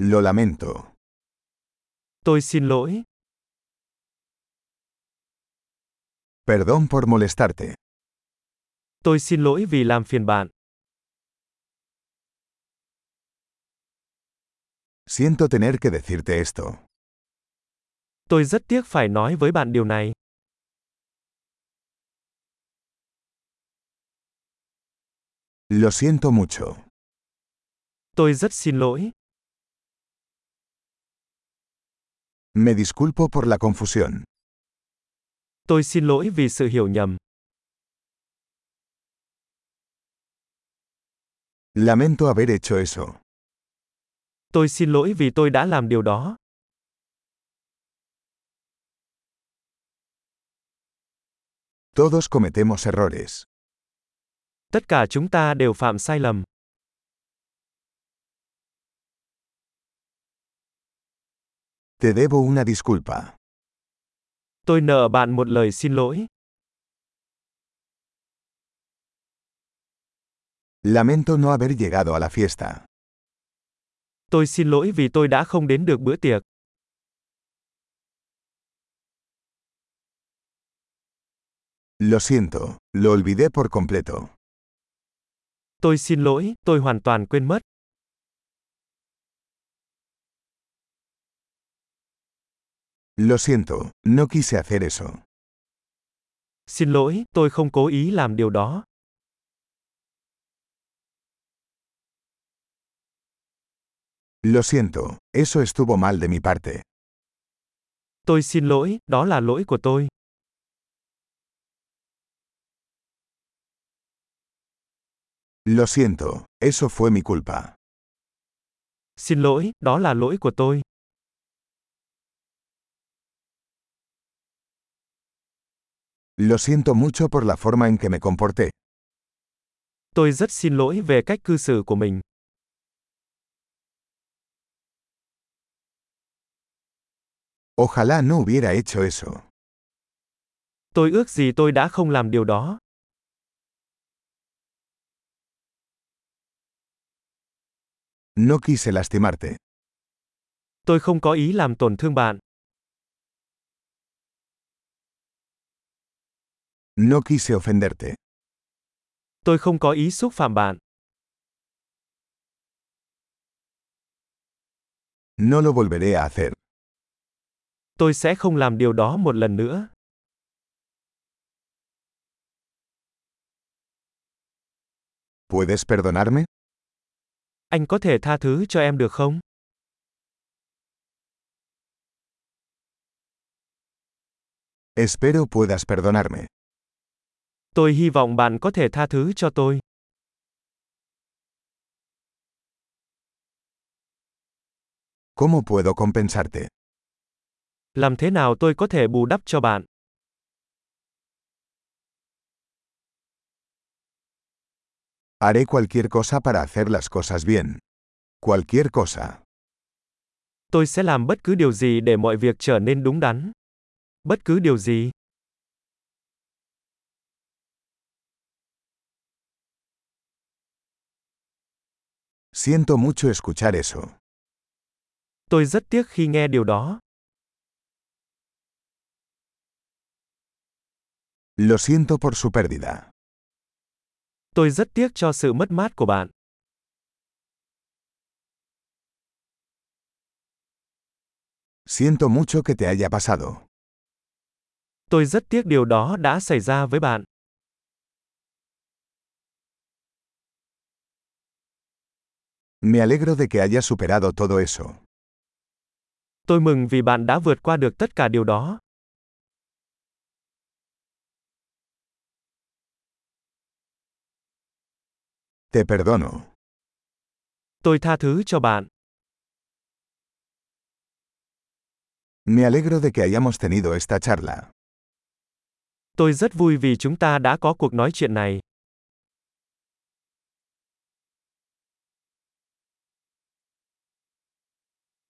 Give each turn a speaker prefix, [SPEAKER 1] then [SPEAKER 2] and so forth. [SPEAKER 1] Lo lamento.
[SPEAKER 2] Tôi xin lỗi.
[SPEAKER 1] Perdón por molestarte.
[SPEAKER 2] Tôi xin lỗi vì làm phiền bạn.
[SPEAKER 1] Siento tener que decirte esto.
[SPEAKER 2] Tôi rất tiếc phải nói với bạn điều này.
[SPEAKER 1] Lo siento mucho.
[SPEAKER 2] Tôi rất xin lỗi.
[SPEAKER 1] Me disculpo por la confusión.
[SPEAKER 2] Tôi xin lỗi vì sự hiểu nhầm.
[SPEAKER 1] Lamento haber hecho eso.
[SPEAKER 2] Tôi xin lỗi vì tôi đã làm điều đó.
[SPEAKER 1] Todos cometemos errores.
[SPEAKER 2] Tất cả chúng ta đều phạm sai lầm.
[SPEAKER 1] Te debo una disculpa.
[SPEAKER 2] Tôi nợ bạn một lời xin lỗi.
[SPEAKER 1] Lamento no haber llegado a la fiesta.
[SPEAKER 2] Tôi xin lỗi vì tôi đã không đến được bữa tiệc.
[SPEAKER 1] Lo siento, lo olvidé por completo.
[SPEAKER 2] Tôi xin lỗi, tôi hoàn toàn quên mất.
[SPEAKER 1] Lo siento, no quise hacer eso.
[SPEAKER 2] Xin lỗi, tôi không cố ý làm điều đó.
[SPEAKER 1] Lo siento, eso estuvo mal de mi parte.
[SPEAKER 2] Tôi xin lỗi, đó là lỗi của tôi.
[SPEAKER 1] Lo siento, eso fue mi culpa.
[SPEAKER 2] Xin lỗi, đó là lỗi của tôi.
[SPEAKER 1] Lo siento mucho por la forma en que me comporté.
[SPEAKER 2] Tôi rất xin lỗi về cách cư xử của mình.
[SPEAKER 1] Ojalá no hubiera hecho eso.
[SPEAKER 2] Tôi ước gì tôi đã không làm điều đó.
[SPEAKER 1] No quise lastimarte.
[SPEAKER 2] Tôi không có ý làm tổn thương bạn.
[SPEAKER 1] No quise ofenderte.
[SPEAKER 2] Tôi không có ý xúc phạm bạn.
[SPEAKER 1] No lo volveré a hacer.
[SPEAKER 2] Tôi sẽ không làm điều đó một lần nữa.
[SPEAKER 1] ¿Puedes perdonarme?
[SPEAKER 2] Anh có thể tha thứ cho em được không?
[SPEAKER 1] Espero puedas perdonarme.
[SPEAKER 2] Tôi hy vọng bạn có thể tha thứ cho tôi.
[SPEAKER 1] ¿Cómo puedo compensarte?
[SPEAKER 2] Làm thế nào tôi có thể bù đắp cho bạn?
[SPEAKER 1] Haré cualquier cosa para hacer las cosas bien. Cualquier cosa.
[SPEAKER 2] Tôi sẽ làm bất cứ điều gì để mọi việc trở nên đúng đắn. Bất cứ điều gì.
[SPEAKER 1] Siento mucho escuchar eso.
[SPEAKER 2] Tôi rất tiếc khi nghe điều đó.
[SPEAKER 1] Lo siento por su pérdida.
[SPEAKER 2] Tôi rất tiếc cho sự mất mát của bạn.
[SPEAKER 1] Siento mucho que te haya pasado.
[SPEAKER 2] Tôi rất tiếc điều đó đã xảy ra với bạn.
[SPEAKER 1] Me alegro de que hayas superado todo eso.
[SPEAKER 2] Tôi mừng vì bạn đã vượt qua được tất cả điều đó.
[SPEAKER 1] Te perdono.
[SPEAKER 2] Tôi tha thứ cho bạn.
[SPEAKER 1] Me alegro de que hayamos tenido esta charla.
[SPEAKER 2] Tôi rất vui vì chúng ta đã có cuộc nói chuyện này.